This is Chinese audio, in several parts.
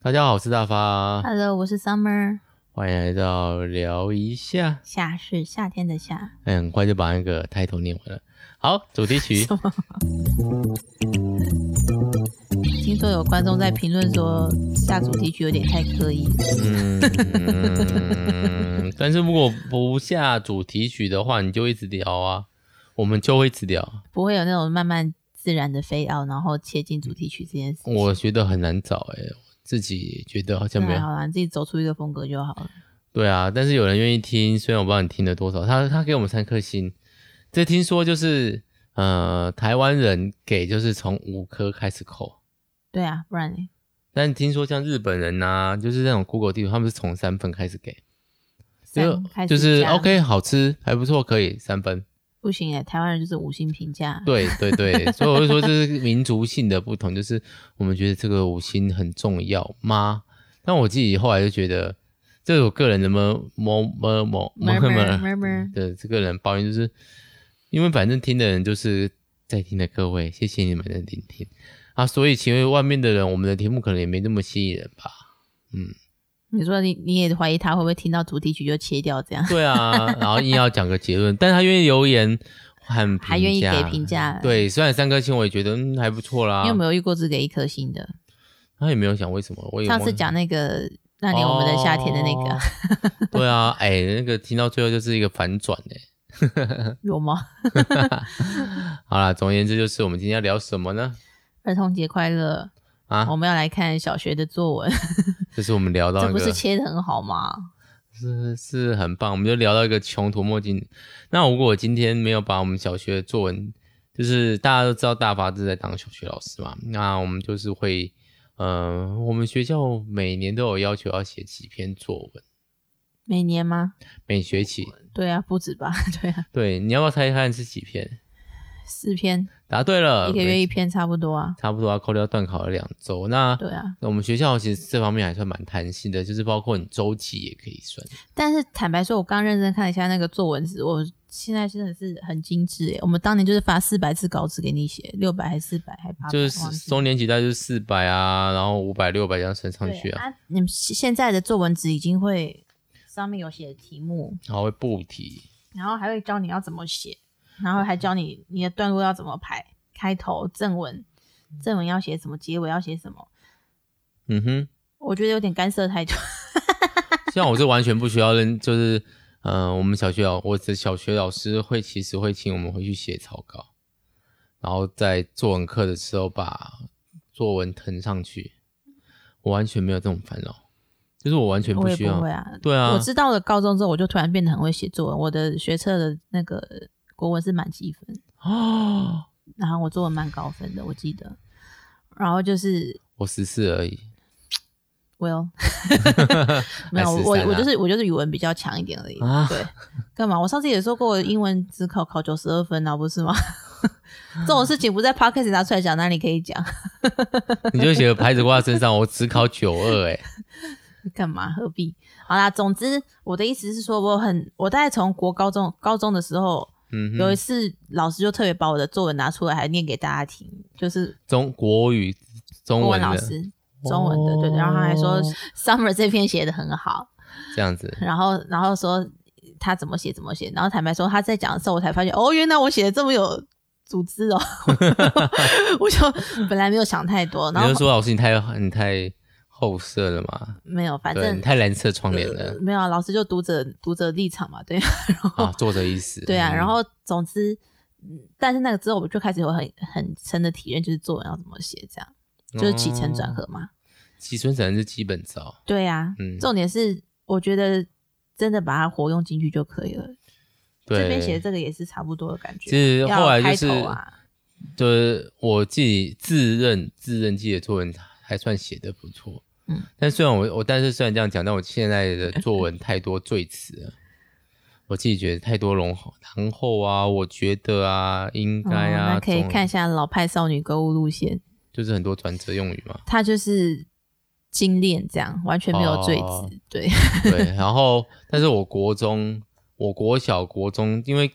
大家好，我是大发， Hello，我是 Summer，欢迎来到聊一下。夏是夏天的夏。哎，很快就把那个抬头念完了。好，主题曲 什么？听说有观众在评论说下主题曲有点太刻意。嗯，嗯但是如果不下主题曲的话，你就一直聊啊，我们就会一直聊。不会有那种慢慢自然的飞奥，然后切进主题曲这件事情。我觉得很难找哎、我自己觉得好像没那有还。啊好啦，你自己走出一个风格就好了。对啊，但是有人愿意听，虽然我不知道你听了多少，他他给我们三颗星，这听说就是呃台湾人给就是从五颗开始扣，对啊，不然呢？但听说像日本人呐、就是那种 Google 地图，他们是从三分开始给，就三开始就是加 OK 好吃还不错，可以三 分。不行哎，台湾人就是五星评价。对对对，所以我就说这是民族性的不同，就是我们觉得这个五星很重要吗？但我自己后来就觉得，这是我个人的么么么么么 Murmur，么 murmur 的这个人抱怨，就是因为反正听的人就是在听的各位，谢谢你们的聆听啊，所以其实外面的人，我们的题目可能也没那么吸引人吧。你说你你也怀疑他会不会听到主题曲就切掉这 样？对啊，然后硬要讲个结论，但他愿意留言，很评价还愿意给评价对，虽然三颗星，我也觉得嗯还不错啦。你有没有遇过只给一颗星的？他也没有讲为什么，我也上次讲那个那年我们的夏天的那个、 个。哦对啊，哎、那个听到最后就是一个反转哎、有吗？好啦，总而言之，就是我们今天要聊什么呢？儿童节快乐！啊，我们要来看小学的作文，就是我们聊到这一不个是切的很好吗？是是很棒，我们就聊到一个穷途末境。那如果我今天没有把我们小学的作文，就是大家都知道大发是在当小学老师嘛，那我们就是会，呃，我们学校每年都有要求要写几篇作文，每年吗？每学期。对啊，不止吧？ 对啊， 对，你要不要猜看是几篇？四篇，答对了，一个月一篇差不多啊。差不多要扣掉断考了两周。那对啊，那我们学校其实这方面还算蛮弹性的，就是包括你周期也可以算。但是坦白说，我刚认真看了一下那个作文纸，我现在真的是很精致诶。我们当年就是发四百字稿纸给你写，六百还是四百还八百，就是忘记中年级大概就是四百啊，然后五百、六百这样升上去对啊，啊。你们现现在的作文纸已经会上面有写题目，然后会布题，然后还会教你要怎么写，然后还教你你的段落要怎么排，开头、正文、正文要写什么，结尾要写什么。嗯哼，我觉得有点干涉太多。像我是完全不需要认，就是呃，我们小学老我的小学老师会其实会请我们回去写草稿，然后在作文课的时候把作文腾上去，我完全没有这种烦恼，就是我完全我也需要不会，啊。对啊我，知道了高中之后，我就突然变得很会写作文。我的学测的那个国文是满积分，哦，然后我作文蛮高分的，我记得。然后就是我十四而已， well，没有还我是我13啊我就是我就是语文比较强一点而已。啊 对，干嘛？我上次也说过，我英文只考考九十二分啊，不是吗？ 这种事情不在 podcast 拿出来讲，哪里可以讲？ 你就写个牌子挂在身上，我只考九二，哎，干嘛？何必？好啦，总之我的意思是说，我很我大概从国高中高中的时候，嗯有一哼，次老师就特别把我的作文拿出来，还念给大家听，就是中国语中国文文老的师。中文的对，哦然后他还说 Summer 这篇写的很好，这样子，然后然后说他怎么写怎么写，然后坦白说他在讲的时候，我才发现哦，原来我写的这么有组织哦， 我就本来没有想太多，然你后就说老师你太你太后设了嘛，没有，反对正你太蓝色窗帘呃了、没有啊，老师就读者读者立场嘛， 对，然后、啊，作者意思。呃对啊，嗯然后总之，嗯但是那个之后我就开始有很很深的体验，就是作文要怎么写，这样就是起承转合哦嘛。起承转合是基本招。对啊，嗯重点是我觉得真的把它活用进去就可以了。对，这边写的这个也是差不多的感觉。其实要后来就是开头啊，就是我自己自认自认自己的作文还算写的不错。嗯，但虽然我我但是虽然这样讲，但我现在的作文太多赘词了，我自己觉得太多龙后然后啊，我觉得啊，应该哦啊，那可以总看一下老派少女购物路线，就是很多转折用语嘛。它就是精炼这样，完全没有赘词。哦 对，对，然后但是我国中、我国小、国中，因为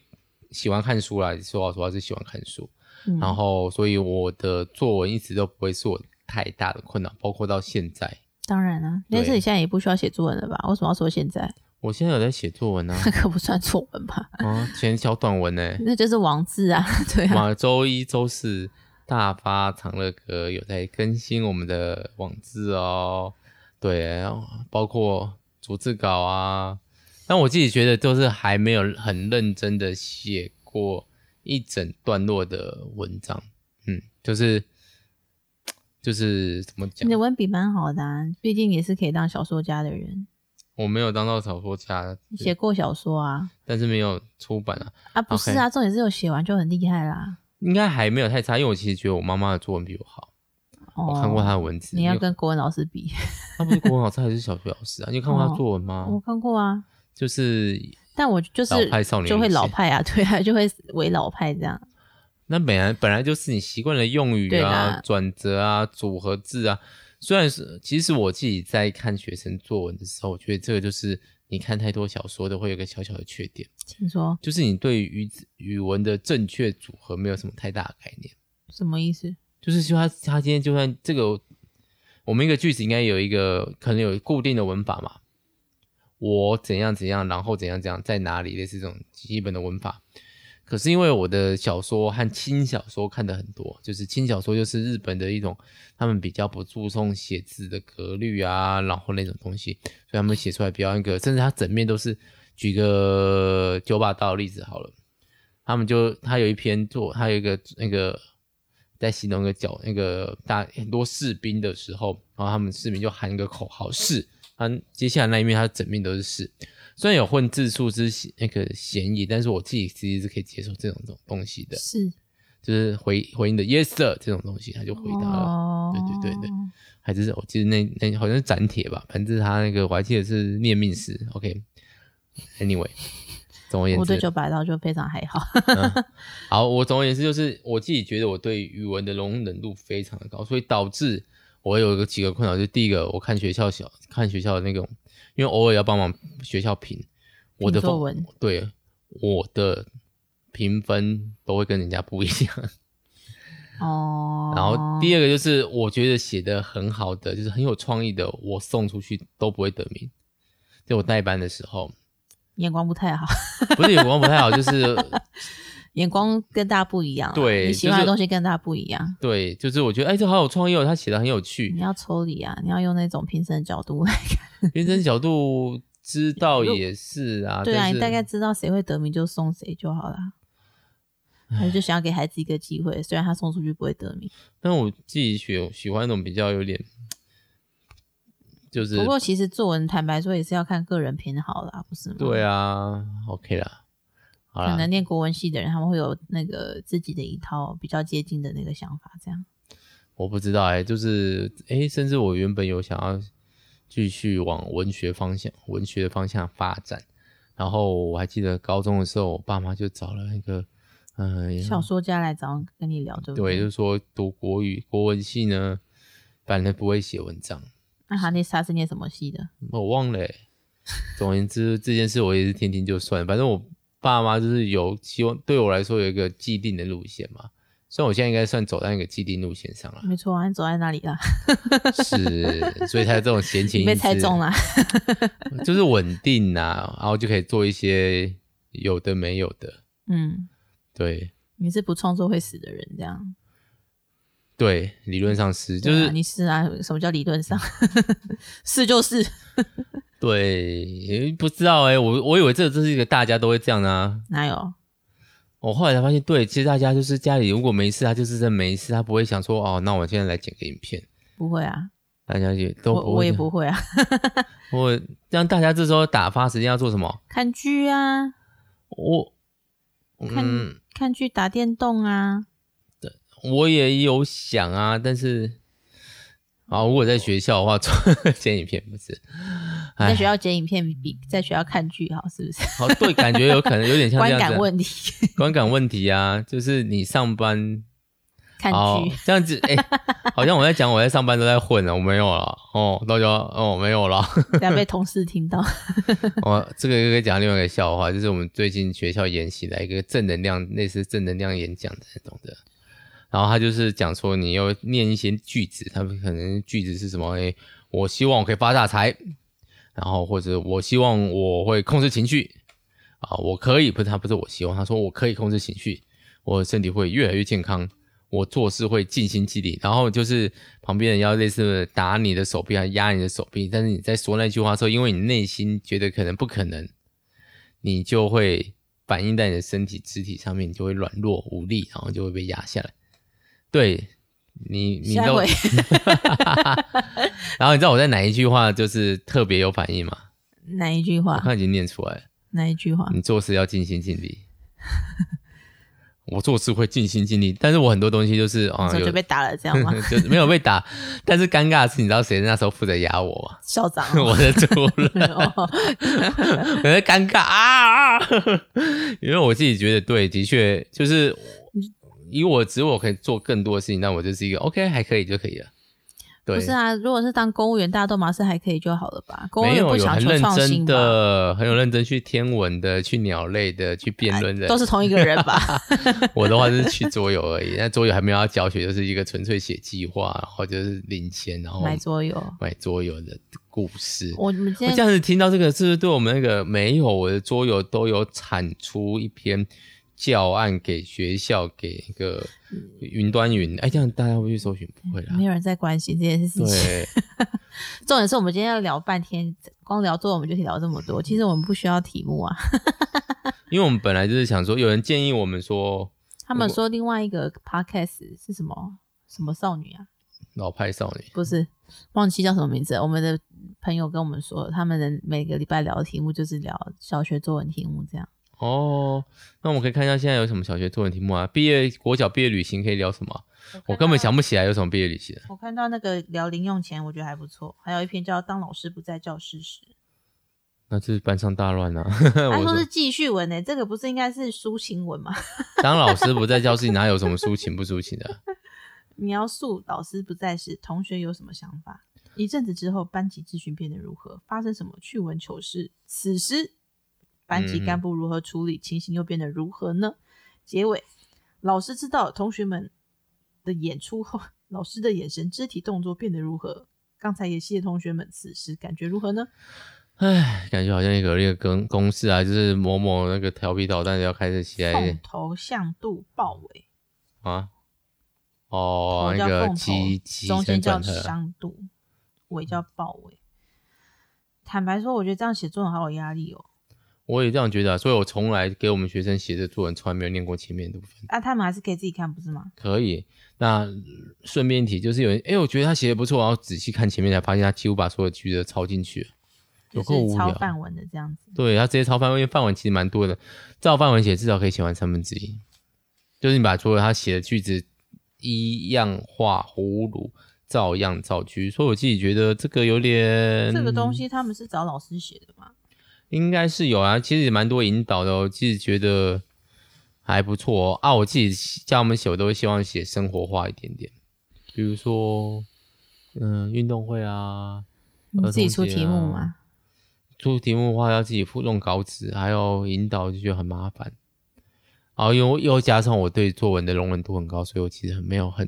喜欢看书啦，说老实话是喜欢看书，嗯然后所以我的作文一直都不会是我太大的困扰，包括到现在。当然啊，对但是你现在也不需要写作文了吧？为什么要说现在？我现在有在写作文啊，那 个不算作文吧？啊，前小短文欸呢、那就是王字啊， 对啊，嘛，周一、周四大发长乐歌有在更新我们的网志哦，对，然后包括逐字稿啊。但我自己觉得，就是还没有很认真的写过一整段落的文章，嗯，就是就是怎么讲你，的文笔蛮好的、啊，毕竟也是可以当小说家的人，我没有当到小说家，你写过小说啊？但是没有出版啊，啊，不是啊，重点是有写完就很厉害啦。应该还没有太差，因为我其实觉得我妈妈的作文比我好，哦，我看过她的文字，你因要为跟国文老师比，他不是国文老师还是小学老师啊？ 你有看过他作文吗？ 我看过啊，就是哦但我就是老派少年就会路线老派啊， 对啊，就会为老派这样。那本来本来就是你习惯了用语对啊啦、转折啊、组合字啊。虽然是，其实我自己在看学生作文的时候，我觉得这个就是你看太多小说的会有一个小小的缺点，请说就是你对于语语文的正确组合没有什么太大的概念。什么意思？就是说他他今天就算这个，我们一个句子应该有一个可能有固定的文法嘛，我怎样怎样，然后怎样怎样，在哪里，类似这种基本的文法。可是因为我的小说和轻小说看的很多，就是轻小说就是日本的一种，他们比较不注重写字的格律啊，然后那种东西，所以他们写出来比较那个，甚至他整面都是举个九把刀的例子好了，他们就他有一篇做，他有一个那个在形容一个角那个大很多士兵的时候，然后他们士兵就喊一个口号是，他接下来那一面他整面都是是，虽然有混字数之嫌那个嫌疑，但是我自己其实是可以接受这种这种东西的，是就是回回应的 yes sir 这种东西，他就回答了，哦对对对对还是我记得那那好像是斩铁吧，反正他那个我还记得是念命师，OK，anyway，、总而言之，我对九把刀就非常还好。好，我总而言之就是我自己觉得我对语文的容忍度非常的高，所以导致我有个几个困扰，就第一个，我看学校小看学校的那种，因为偶尔要帮忙学校评我的评作风文，对我的评分都会跟人家不一样。哦，然后第二个就是我觉得写的很好的，就是很有创意的，我送出去都不会得名。就我代班的时候，眼光不太好，不是眼光不太好，就是 眼光跟大家不一样啊，对你喜欢的就是东西跟大家不一样，对，就是我觉得哎，这好有创意哦，他写的很有趣。 你要抽离啊，你要用那种评审的角度来看。原生角度知道也是啊，对啊，但是你大概知道谁会得名就送谁就好啦。还是就想要给孩子一个机会，虽然他送出去不会得名，但我自己喜喜欢那种比较有点，就是不过其实作文坦白说也是要看个人偏好啦，不是吗？对啊，OK 啦，好可啦能，念国文系的人，他们会有那个自己的一套比较接近的那个想法，这样。我不知道哎、就是哎、甚至我原本有想要继续往文学方向、文学的方向发展，然后我还记得高中的时候，我爸妈就找了那个嗯、呃小嗯说家来找跟你聊，对不对，对？就是说读国语国文系呢，反正不会写文章。那哈内斯他是念什么 系的？我忘了、欸。总而言之，这件事我也是听听就算了。反正我爸妈就是有希望，对我来说有一个既定的路线嘛。虽然我现在应该算走在那个既定路线上了，没错啊，你走在那里啦，是，所以才有这种闲情你逸致被猜中，啦。 就是稳定啊，然后就可以做一些有的没有的，嗯，对你是不创作会死的人，这样。对，理论上是，就对是啊你是啊，什么叫理论上？ 是就是，对，诶不知道哎、我我以为这这是一个大家都会这样的啊，哪有？我后来才发现，对，其实大家就是家里如果没事，他就是真的没事，他不会想说哦，那我现在来剪个影片，不会啊，大家也都我不我会也这样。不会啊， 我让大家这时候打发时间要做什么？看剧啊，我看嗯，看剧打电动啊，我也有想啊，但是啊，如果在学校的话，做 剪影片不是？你在哎学校剪影片比在学校看剧好，是不是？好哦对，感觉有可能有点像这观样子啊、感 问题，观感问题啊，就是你上班看哦剧，这样子，哎、好像我在讲我在上班都在混啊了，我没有了哦，大家哦没有了。不要被同事听到。 哦，这个又可以讲另外一个笑话，就是我们最近学校演习的一个正能量，类似正能量演讲的那种的。然后他就是讲说，你要念一些句子，他们可能句子是什么？哎，我希望我可以发大财，然后或者我希望我会控制情绪啊，我可以，不是他不是我希望，他说我可以控制情绪，我身体会越来越健康，我做事会尽心尽力，然后就是旁边人要类似打你的手臂，还压你的手臂，但是你在说那句话的时候，因为你内心觉得可能不可能，你就会反映在你的身体肢体上面，你就会软弱无力，然后就会被压下来。对你，你下一都位， 然后你知道我在哪一句话就是特别有反应吗？哪一句我话？看已经念出来了，哪一句话？你做事要尽心尽力。我做事会尽心尽力，但是我很多东西就是啊，所以有就被打了，这样吗？ 就是没有被打，但是尴尬的是，你知道谁那时候负责压我吗？ 校长 哦，我的主任， 哦我在尴尬啊， 啊因为我自己觉得对，的确就是以我职我可以做更多的事情，那我就是一个 OK 还可以就可以了。对，不是啊，如果是当公务员，大家都马是还可以就好了吧？公务没员有不有想很求认创真新吧？的，很有认真去天文的，去鸟类的，去辩论的。哎都是同一个人 吧？我的话就是去桌游而已，那桌游还没有要教学，就是一个纯粹写计划，然后就是领钱，然后买桌游，买桌游的故事。我们今我这天样子听到这个，是不是对我们那个没有我的桌游都有产出一篇教案给学校给一个云端云？哎，这样大家会去搜寻？不会啦没。有人在关心这件事情。对，重点是我们今天要聊半天，光聊做我们就可以聊这么多。嗯其实我们不需要题目啊。因为我们本来就是想说，有人建议我们说他们说另外一个 podcast 是什么？什么少女啊？老派少女，不是，忘记叫什么名字了。我们的朋友跟我们说，他们的每个礼拜聊的题目就是聊小学作文题目这样。哦，那我们可以看一下现在有什么小学作文题目啊？毕业国小毕业旅行可以聊什么啊？我嗯根本想不起来有什么毕业旅行。我看到那个聊零用钱，我觉得还不错。还有一篇叫《当老师不在教室时那就是班上大乱啊！》，他我说是说记叙文呢、这个不是应该是抒情文吗？当老师不在教室，哪有什么抒情不抒情的啊？描述老师不在时，同学有什么想法？一阵子之后，班级秩序变得如何？发生什么趣闻糗事？此时，班级干部如何处理？情形又变得如何呢？结尾，老师知道同学们的演出后，老师的眼神、肢体动作变得如何？刚才演戏的同学们，此时感觉如何呢？唉，感觉好像一个那个公公式啊，就是某某那个调皮捣蛋的要开始起凤来头向肚抱尾，啊。哦，那头叫个凤鸡头，鸡中间先叫转特嗯啊，香肚，尾叫豹尾。坦白说，我觉得这样写作文好有压力哦。我也这样觉得啊，所以我从来给我们学生写的作文，从来没有念过前面的部分。啊，他们还是可以自己看，不是吗？可以。那顺便一提，就是有人，哎、我觉得他写的不错，然后仔细看前面才发现，他几乎把所有句子都抄进去了，有就够是无抄聊。范文的这样子。对他直接抄范文，因为范文其实蛮多的，照范文写至少可以写完三分之一，就是你把所有他写的句子一样画葫芦，照样造句。所以我自己觉得这个有点这个东西他们是找老师写的嘛？应该是有啊，其实也蛮多引导的、哦，我自己觉得还不错哦。啊，我自己叫他们写，我都会希望写生活化一点点，比如说，嗯、运动会啊，你自己出儿童节啊题目嘛？出题目的话要自己弄稿纸，还有引导就觉得很麻烦。然后又又加上我对作文的容忍度很高，所以我其实没有很，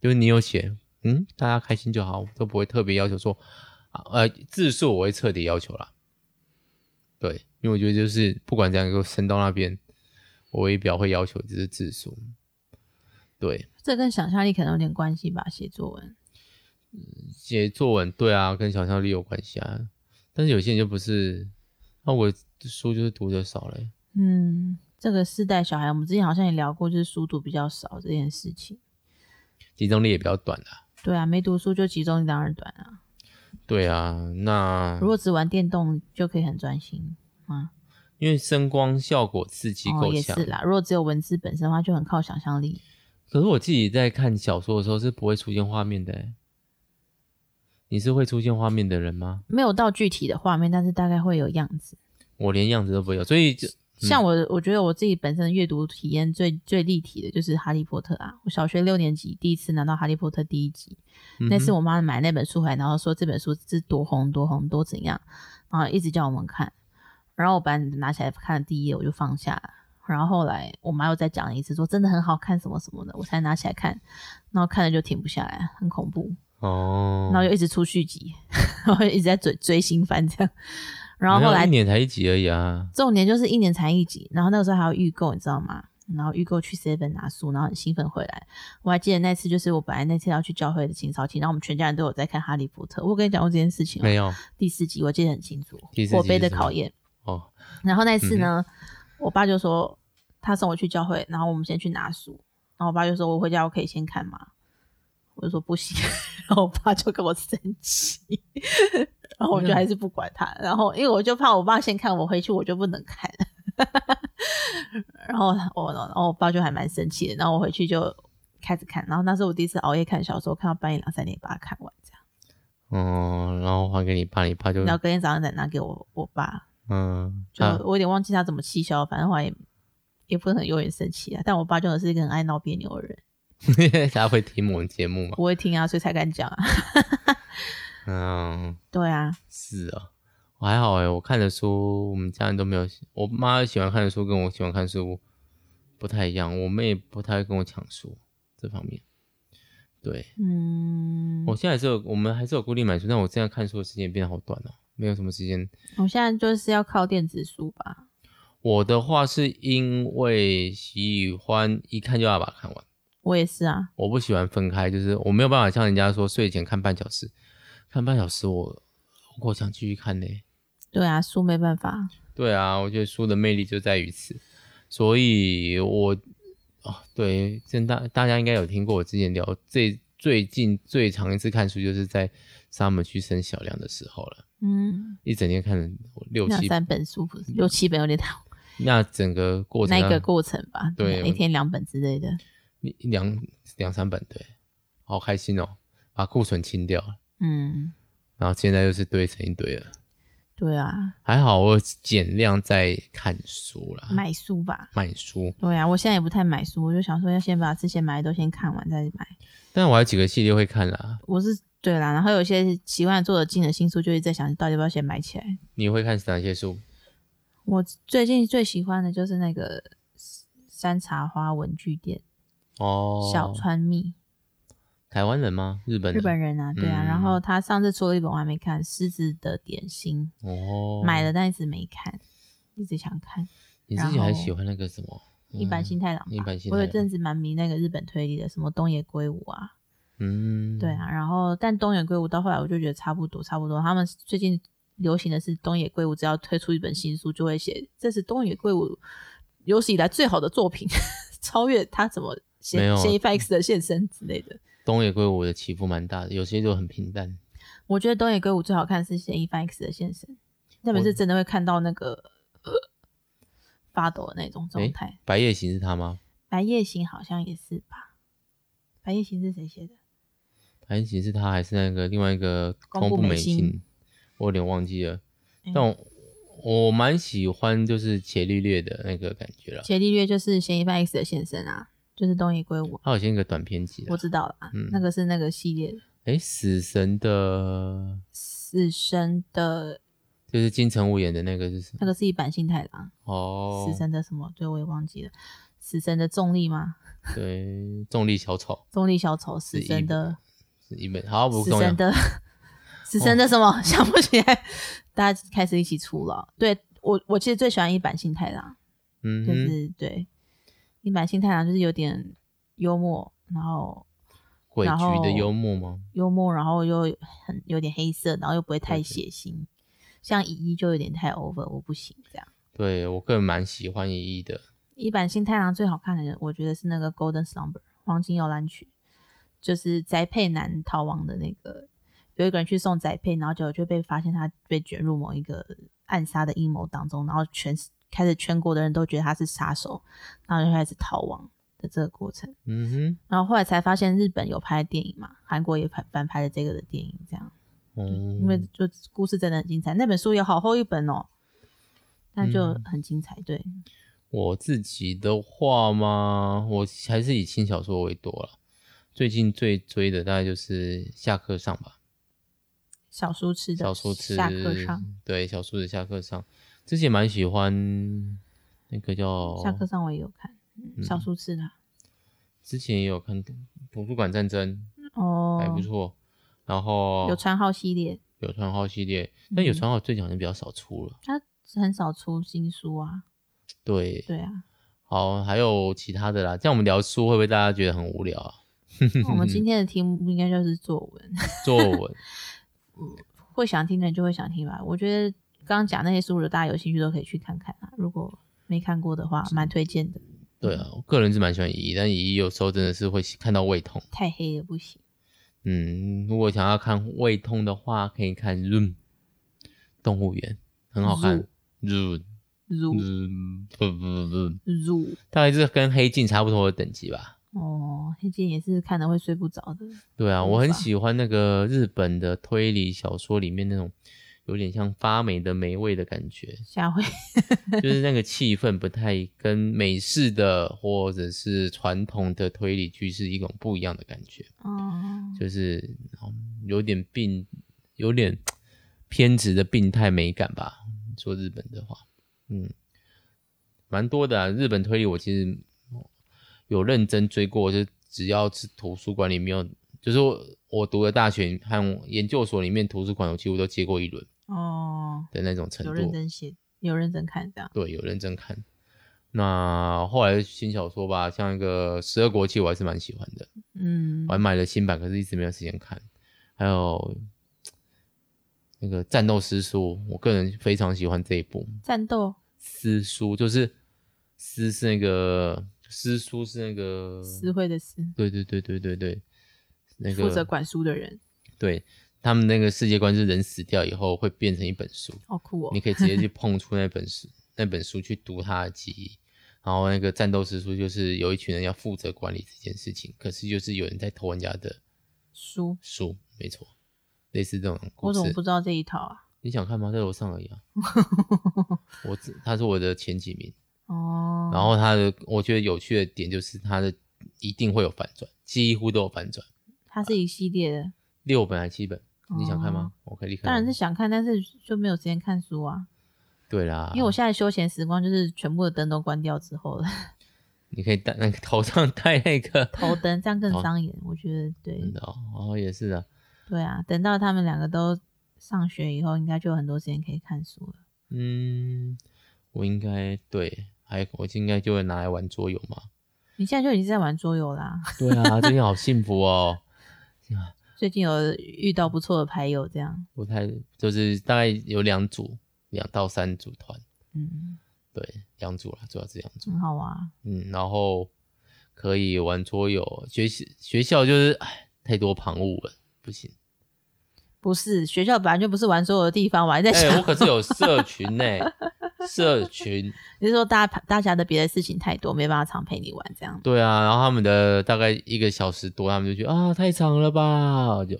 就是你有写，嗯，大家开心就好，我都不会特别要求说，啊呃，字数我会彻底要求啦。对，因为我觉得就是不管怎样，给我升到那边，我也比较会要求就是字数。对，这跟想象力可能有点关系吧？写作文，写作文，对啊，跟想象力有关系啊。但是有些人就不是，那我书就是读的少嘞、嗯，这个世代小孩，我们之前好像也聊过，就是书读比较少这件事情。集中力也比较短啊。对啊，没读书就集中力当然短啊。对啊，那如果只玩电动就可以很专心吗？因为声光效果刺激哦，够也强，是啦。如果只有文字本身的话，就很靠想象力。可是我自己在看小说的时候是不会出现画面的欸。你是会出现画面的人吗？没有到具体的画面，但是大概会有样子。我连样子都不会有，所以就像嗯我，我觉得我自己本身的阅读体验最最立体的就是《哈利波特》啊。我小学六年级第一次拿到《哈利波特》第一集，那次嗯哼我妈买那本书回来，然后说这本书是多红多红多怎样，然后一直叫我们看。然后我把拿起来看了第一页，我就放下了。然后后来我妈又再讲了一次，说真的很好看什么什么的，我才拿起来看，然后看了就停不下来，很恐怖。哦，然后又一直出续集， 然后一直在追追新番这样。然后没有后来一年才一集而已啊，重点就是一年才一集，然后那个时候还有预购，你知道吗？然后预购去 Seven 拿书，然后很兴奋回来。我还记得那次就是我本来那次要去教会的清扫期，然后我们全家人都有在看《哈利波特》。我有跟你讲过这件事情、哦，没有第四集我记得很清楚第，四集火杯的是什么考验。哦，然后那次呢，我爸就说他送我去教会，然后我们先去拿书，然后我爸就说我回家我可以先看吗？我就说不行， 然后我爸就跟我生气，然后我就还是不管他，然后因为我就怕我爸先看，我回去我就不能看， 然后我然后我爸就还蛮生气的，然后我回去就开始看，然后那是我第一次熬夜看小说，看到半夜两三点把它看完这样，嗯，然后还给你爸，你爸就然后隔天早上再拿给我我爸，嗯，就啊我有点忘记他怎么气消，反正后来也也不是很有点生气啊。但我爸真的是一个很爱闹别扭的人，他会听我们节目嘛？不会听啊，所以才敢讲啊。 嗯，对啊，是啊，我还好哎、我看的书我们家人都没有，我妈喜欢看的书跟我喜欢看书不太一样，我妹不太会跟我抢书这方面。对嗯，我现在还是有，我们还是有固定买书，但我现在看书的时间也变得好短哦、没有什么时间。我现在就是要靠电子书吧。我的话是因为喜欢一看就要把它看完，我也是啊，我不喜欢分开，就是我没有办法像人家说睡前看半小时，看半小时我我想继续看呢、对啊，书没办法。对啊，我觉得书的魅力就在于此，所以我哦，对，真大大家应该有听过我之前聊最最近最长一次看书就是在沙姆去生小亮的时候了，嗯，一整天看了六那七，三本书不是六七本有点大，那整个过程那啊一个过程吧，对一天两本之类的。一两两三本，对，好开心哦，把库存清掉了，嗯，然后现在又是堆成一堆了，对啊，还好我减量在看书啦，买书吧。买书，对啊，我现在也不太买书，我就想说要先把之前买的都先看完再买。但我还有几个系列会看啦，我是对啦，然后有一些喜欢的作者进了新书，就会在想到底要不要先买起来。你会看哪些书？我最近最喜欢的就是那个山茶花文具店、哦，小川蜜，台湾人吗？日本人？日本人啊，对啊。嗯然后他上次出了一本我还没看，《狮子的点心》，哦，买了但一直没看，一直想看。你自己还喜欢那个什么？一般新太郎吧，嗯一般新太我郎有阵子蛮迷那个日本推理的，什么东野圭吾啊，嗯，对，啊，然后但东野圭吾到后来我就觉得差不多，差不多。他们最近流行的是东野圭吾，只要推出一本新书，就会写这是东野圭吾有史以来最好的作品， 超越他怎么写没有啊写 FX 的现身之类的。东野圭吾的起伏蛮大的，有些就很平淡。我觉得东野圭吾最好看是写 FX 的现身，那本我是真的会看到那个、呃发抖的那种状诶态。白夜行是他吗？白夜行好像也是吧？白夜行是谁写的？白夜行是他还是那个另外一个宫部部美哎美幸幸？我有点忘记了，诶但我我蛮喜欢就是伽利略的那个感觉啦。伽利略就是嫌疑犯 X 的现身啊，就是东野圭吾。他有先一个短篇集啦，我知道了，嗯那个是那个系列的哎，死神的，死神的就是金城武演的那个是什么那？个是一版新太郎，哦，死神的什么？对，我也忘记了。死神的重力吗？对，重力小丑重力小丑，死是一神的是一本，好不死重要哦神。 的死神的什么？想不起来。大家开始一起出了。对我，我其实最喜欢一版新太郎，嗯就哼，是、对一版新太郎就是有点幽默，然后鬼然局的后幽默吗？幽默，然后又很有点黑色，然后又不会太对对血腥。像乙一就有点太 over，我不行这样。对我个人蛮喜欢一一的，一版新太郎最好看的，我觉得是那个《Golden Slumber》黄金游览曲，就是宅配男逃亡的那个，有一个人去送宅配，然后结果就被发现他被卷入某一个暗杀的阴谋当中，然后全开始全国的人都觉得他是杀手，然后就开始逃亡的这个过程。嗯哼，然后后来才发现日本有拍电影嘛，韩国也拍翻拍了这个的电影，这样，嗯，因为就故事真的很精彩。那本书有好厚一本哦，那就嗯很精彩，对。我自己的话嘛，我还是以轻小说为多了。最近最追的大概就是下课上吧，小叔吃的小说吃下课上，对小说的下课上，之前蛮喜欢那个叫下课上我也有看，嗯小叔吃的之前也有看《图书馆战争》，还哦哎不，错。哦然后有嗯川号系列，有川号系列，但有川号最近好像比较少出了。它很少出新书啊。对，对 啊，好，还有其他的啦。这样我们聊书会不会大家觉得很无聊啊？那我们今天的题目应该就是作文， 作文，会想听的人就会想听吧。我觉得刚刚讲那些书，如果大家有兴趣都可以去看看啊。如果没看过的话，蛮推荐的。对啊，我个人是蛮喜欢乙一，但乙一有时候真的是会看到胃痛。太黑了不行。嗯，如果想要看胃痛的话，可以看《Room》动物园，很好看。Room，如嗯，不不不不，如大概是跟《黑镜》差不多的等级吧。哦，黑镜也是看的会睡不着的。对啊，无我很法喜欢那个日本的推理小说里面那种有点像发霉的霉味的感觉，下回 就是那个气氛不太跟美式的或者是传统的推理剧是一种不一样的感觉，嗯，就是嗯有点病，有点偏执的病态美感吧。说日本的话，嗯，蛮多的、啊。日本推理我其实有认真追过，就只要是图书馆里面有，就是我我读的大学和研究所里面图书馆，我几乎都接过一轮哦，的那种程有度。认真写，有认真看这样。对，有认真看。那后来新小说吧，像一个《十二国记》，我还是蛮喜欢的。嗯我，还买了新版，可是一直没有时间看。还有那个《战斗师叔》，我个人非常喜欢这一部。战斗师叔就是师是那个师叔是那个，私会的私，对对对对对对，那负责个管书的人，对他们那个世界观是人死掉以后会变成一本书。好酷哦你。可以直接去碰触那本书，那本书去读它的记忆。然后那个战斗师书就是有一群人要负责管理这件事情，可是就是有人在偷人家的书，书，没错，类似这种故我事怎么。不知道这一套啊？你想看吗？在楼上而已 啊。我只他是我的前几名，哦，然后他的我觉得有趣的点就是他的一定会有反转，几乎都有反转，它是一系列的，六本还七本，你想看吗？我可以立刻看。哦当然是想看，但是就没有时间看书啊。对啦，因为我现在休闲时光就是全部的灯都关掉之后了，你可以戴那个头上戴那个，头灯这样更伤眼，我觉得对哦真的哦，哦也是啊，对啊。等到他们两个都上学以后，应该就有很多时间可以看书了。嗯，我应该对，还我应该就会拿来玩桌游嘛。你现在就已经在玩桌游啦，对啊，最近好幸福哦。最近有遇到不错的牌友这样，不太就是大概有两组，两到三组团，嗯，对，两组啦，主要是两组。很好玩。啊嗯，然后可以玩桌游，学习学校就是唉太多旁骛了，不行。不是学校本来就不是玩桌游的地方，我还在哎、想，我可是有社群呢、社群你是说大家大家的别的事情太多，没办法常陪你玩这样。对啊，然后他们的大概一个小时多，他们就觉得啊太长了吧，就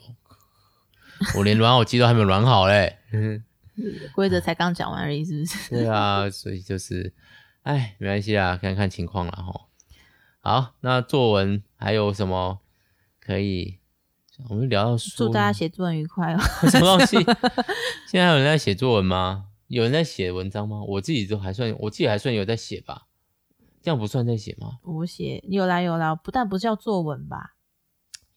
我连软好机都还没有软好嘞。规哎则才刚讲完而已，是不是？对啊，所以就是，哎，没关系啊，看看情况啦吼。好，那作文还有什么可以？我们聊到书， 祝大家 写作文愉快哦。 什么东西？现在有人在写作文吗？有人在写文章吗？我自己都还算，我自己还算有在写吧。这样不算在写吗？我写有啦有啦，不但不叫作文吧？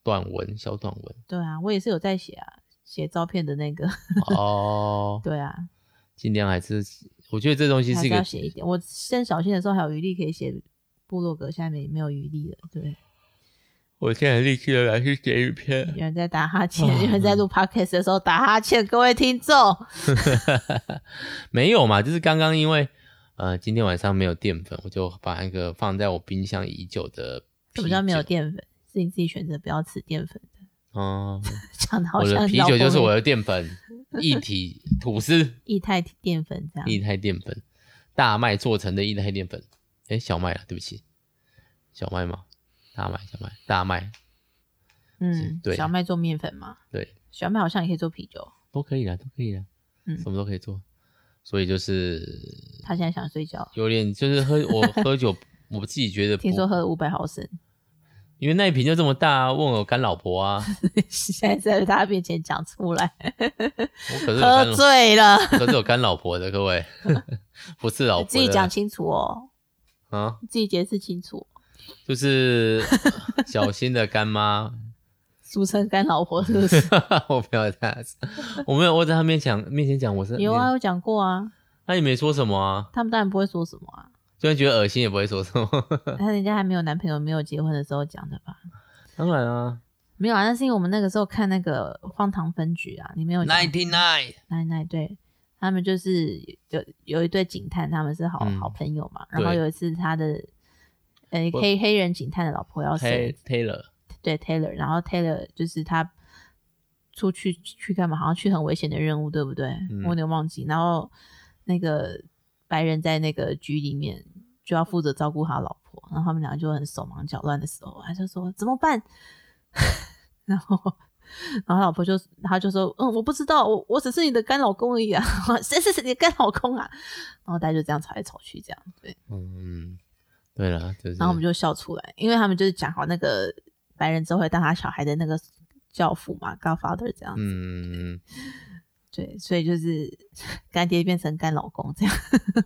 短文，小短文。对啊，我也是有在写啊，写照片的那个。 哦，对啊，尽量还是，我觉得这东西是还是一要个写一点。我升小新的时候还有余力可以写部落格，现在没没有余力了。对，我现在力气的来去写一篇有人在打哈欠，哦有人在嗯录 podcast 的时候打哈欠，各位听众。 没有嘛，就是刚刚因为呃今天晚上没有淀粉，我就把那个放在我冰箱已久的什啤么酒，叫没有淀粉？是你自己选择不要吃淀粉的。嗯，讲的好我像的啤老酒就是公我的淀粉，液体吐司， 液态淀粉这样。液态淀粉，大麦做成的液态淀粉，哎，小麦啊，对不起，小麦吗？大麦，小麦，大麦嗯，对小麦做面粉嘛，对，小麦好像也可以做啤酒。都可以啦，都可以啦，嗯什么都可以做，所以就是他现在想睡觉了，有点就是喝我喝 酒，我自己觉得不听说喝了五百毫升， 因为那一瓶就这么大，问我干老婆啊，现在在大家面前讲出来，我可是有干喝醉了，可是有干老婆的各位， 不是老婆的自己讲清楚哦，啊，自己解释清楚。就是小新的干妈 俗称干老婆，是不是？我没有这样子，我没有我在他面前讲面前讲我是有啊，，有讲过啊，那也没说什么啊，他们当然不会说什么 啊，就算觉得恶心也不会说什么， 那人家还没有男朋友、没有结婚的时候讲的吧？当然啊没有啊，那是因为我们那个时候看那个《荒唐分局》啊，你没有讲，ninety nine，奶奶对。他们就是有有一对警探，他们是好、嗯好朋友嘛。然后对有一次，他的呃我黑黑人警探的老婆要生 Taylor，对 Taylor，然后 Taylor 就是他出去去干嘛？好像去很危险的任务，对不对？嗯我有点忘记。然后那个白人在那个局里面就要负责照顾他老婆，然后他们两个就很手忙脚乱的时候，他就说怎么办？ 然后。然后他老婆就，他就说，嗯，我不知道，我我只是你的干老公而已啊， 谁是谁你的干老公啊？然后大家就这样吵来吵去，这样对。嗯，对了，就是，然后我们就笑出来，因为他们就是讲好那个白人之后会当他小孩的那个教父嘛，Godfather 这样子，嗯，对，所以就是 干爹变成干老公这样，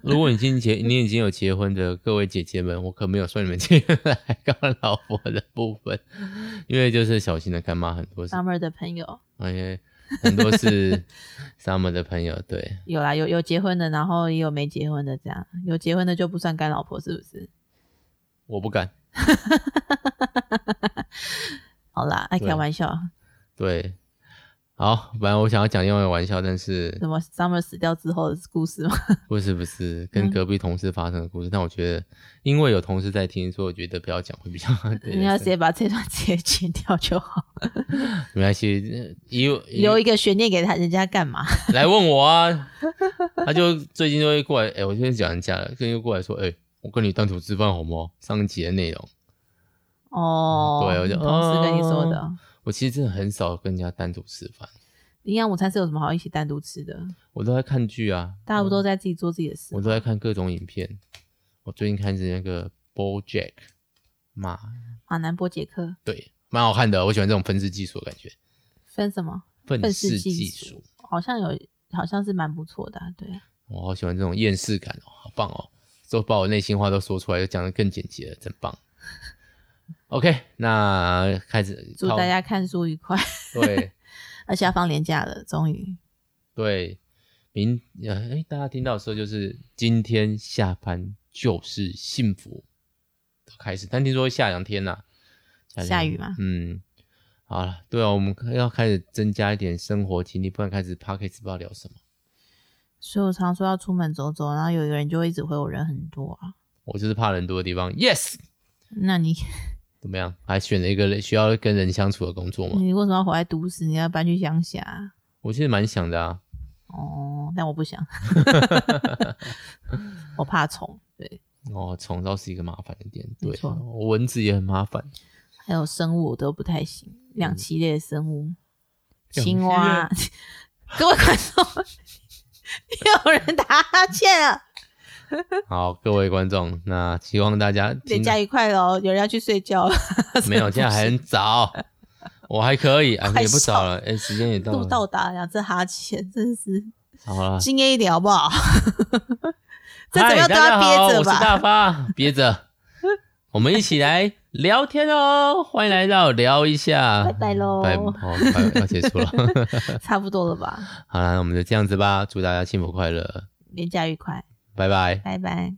如果你已经结，你已经有结婚的各位姐姐们，我可没有算你们进来干老婆的部分，因为就是小新的干妈很多是， Summer 的朋友而且很多是 Summer 的朋友，对，有啦，有有结婚的，然后也有没结婚的这样，有结婚的就不算干老婆是不是？我不敢，好啦，爱对开玩笑，对，好，本来我想要讲另外一个玩笑，但是什么 Summer 死掉之后的故事吗？不是不是跟隔壁同事发生的故事，但我觉得因为有同事在听，所以我觉得不要讲会比较， 对你要直接把这段直接剪掉就好，没关系，以留一个悬念给他，人家干嘛？来问我啊，他就最近就会过来，哎、我今天讲人家了，最近就过来说，哎、我跟你单独吃饭好吗？上一集的内容，哦，嗯对我就哦你同事跟你说的，我其实真的很少跟人家单独吃饭，营养午餐是有什么好一起单独吃的？我都在看剧啊，大家不都在自己做自己的事我都在看各种影片。我最近看是那个《BoJack》，嘛，马南波杰克对，蛮好看的，我喜欢这种分支技术的感觉，分什么？愤愤世世技技术术，好像有，好像是蛮不错的啊、对啊，我好喜欢这种厌世感哦，好棒哦！都把我内心话都说出来，就讲的更简洁了，真棒。OK，那开始祝靠大家看书愉快， 对而且要放年假了，终于对，明呃，哎，大家听到的时候就是今天下班就是幸福的开始，但听说下两天呐、两天下雨吗嗯，好了，对啊，我们要开始增加一点生活经历，不然开始 p o c k e t 不知道聊什么。所以我常说要出门走走，然后有一个人就会一直回我人很多啊。我就是怕人多的地方，yes，那你怎么样？还选了一个需要跟人相处的工作吗？你为什么要活在都市？你要搬去乡下啊？我其实蛮想的啊，哦，但我不想，我怕虫，对，哦，虫倒是一个麻烦的点，没对错，蚊子也很麻 烦，还有生物我都不太行，两栖类的生物，青蛙， 各位观众， 有人打哈欠了。好，各位观众，那希望大家连听到假愉快喽！有人要去睡觉哦了， 没有，现在还很早，我还可以，啊，快也不笑早了，哎、时间也到度了，到达两这哈欠，真是好了，敬业一点好不好？ 这怎啊嗨么样都大家要好憋着我是吧？大发，憋 着，我们一起来聊天哦，欢迎来到聊一下，拜拜喽拜，好，快要结束了， 差不多了吧？好了，那我们就这样子吧，祝大家幸福快乐，连假愉快，拜拜。拜拜。